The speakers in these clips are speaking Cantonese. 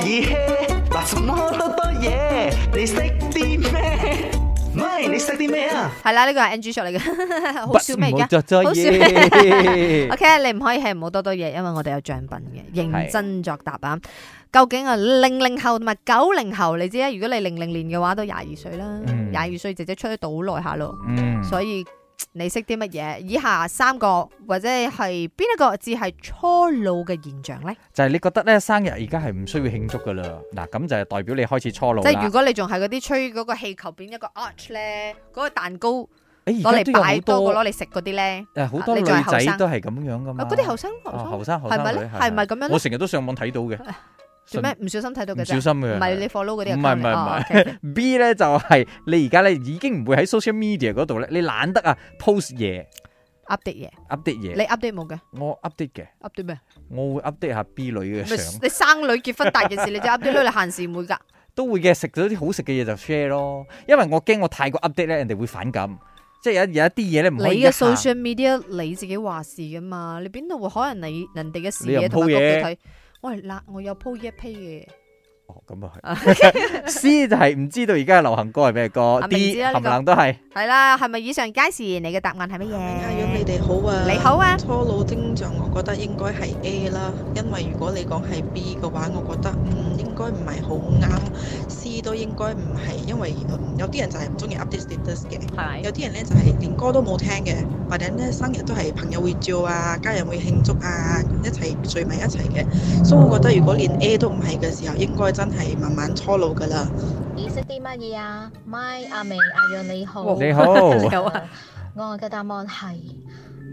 嘢？嗱，什麼多多嘢？你識啲咩？唔係你識啲咩啊？係啦，呢個係 NG shot 嚟嘅， 好少咩而家。好笑 不，唔好作作 嘢。OK，你唔可以係唔好多多嘢，因為我哋有獎品嘅，認係真作答啊！究竟啊，零零後同埋九零後，你知啊啦，如果你零零年嘅話，都廿二歲啦，嗯廿二歲姐姐出咗到好耐下咯，嗯，所以你識啲乜嘢？以下三個或者係邊一個至係初老嘅現象呢？就係你覺得咧，生日而家係唔需要慶祝噶啦。嗱，咁就係代表你開始初老即係啦如。果你仲係嗰啲吹嗰個氣球變一個 arch 咧，嗰個蛋糕攞誒而家嚟都有擺好多過多攞嚟食嗰啲咧，誒，好多啊女你仲係後仔生都係咁樣噶嘛。啊嗰啲後生後哦生後生後係生咪女咧？係咪咁樣我咧？成日都上網睇到嘅。做咩唔小心睇到唔嘅小啫？心嘅。唔係你 follow 嗰啲哦唔係唔係唔係 B 咧就係你而家咧已經唔會喺 social media 嗰度咧，你懶得啊 à. post 嘢 update 嘢， update 嘢，你 update 冇嘅我 update 嘅， ，update 咩？我會 update 下 B 女嘅咪相，你生女結婚大件事，你就 update 咯，你閒時唔會㗎。都會嘅，食咗啲好食嘅嘢就 share 咯，因為我驚我太過 update 咧，人哋會反感，即係有有一啲嘢咧唔你可以一嘅下 social media 你自己話事㗎嘛，你邊度會可能你人哋嘅視你又唔野同埋鋪角嘢度睇？我係啦，我有 po 一批嘅。哦咁啊係，C 就係唔知道而家嘅流行歌係咩歌 啊明，D 知啦呢冚個唪唥都係。係啦，係咪以上皆是？你嘅答案係乜阿勇嘢？你哋好啊！啊你好啊初老徵象，我覺得應該係 A 啦，因為如果你講係 B 嘅話，我覺得嗯應該唔係好啱，C 都應該唔係，因為嗯有啲人就係唔中意 update status 嘅，係有啲人咧就係連歌都冇聽嘅，或者咧生日都係朋友會照啊，家人會慶祝啊，一齊聚埋一齊嘅，所以我覺得如果連 A 都唔係嘅時候，應該真係慢慢初老㗎啦。你識啲乜嘢啊？咪阿明阿讓 你好，你好你好 啊我嘅答案係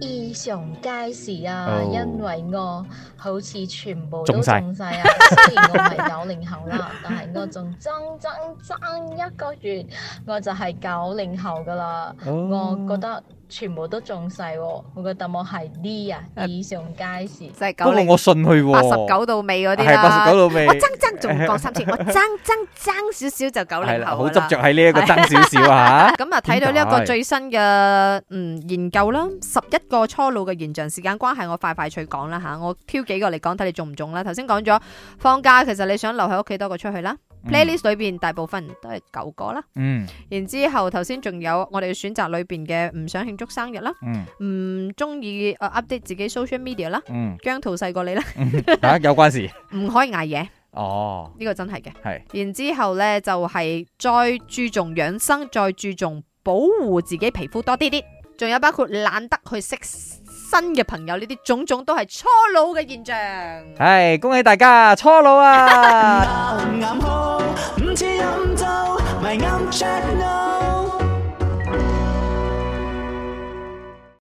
以上皆是啊哦因為我好似全部都中晒中 晒啊！雖然我唔係九零後啦，但係我仲爭爭爭一個月，我就係九零後噶啦。嗯我覺得全部都中晒喎，我嘅答案係 D 啊，呃以上皆是。即係不九過零我信佢喎，八十九到尾嗰啲係八十啦。九到尾我。爭爭仲講三次，我爭爭爭少少就九係零啦，後好㗎啦執着喺呢一個爭少少啊咁啊，睇到呢一個最新嘅嗯研究啦，十一個初老嘅現象。時間關係，我快快脆講啦吓，我挑幾個嚟講，睇你中唔中啦。頭先講咗放假，其實你想留喺屋企多過出去啦。嗯 playlist 裏邊大部分都係舊歌啦，嗯然之後頭先仲有我哋選擇裏邊嘅唔想慶祝生日啦，嗯唔 中意呃 update 自己 social media 啦，嗯姜濤細過你啦，吓有關事唔可以捱夜，呢、哦，個真係嘅。係然之後呢，就係、再注重養生，再注重保護自己皮膚多啲啲，仲有包括懶得去識新嘅朋友呢啲，種種都係初老嘅現象。係恭喜大家初老啊！啱好，唔似飲酒，咪啱 check no。